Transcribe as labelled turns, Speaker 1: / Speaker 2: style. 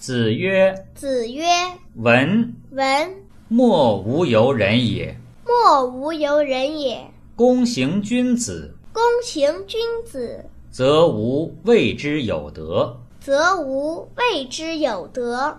Speaker 1: 子曰
Speaker 2: 子曰：“
Speaker 1: 文：“
Speaker 2: 文
Speaker 1: 莫无由人也，
Speaker 2: 莫无由人也，
Speaker 1: 公行君子，
Speaker 2: 公行君子，
Speaker 1: 则无谓之有德。”
Speaker 2: 则无谓之有德。”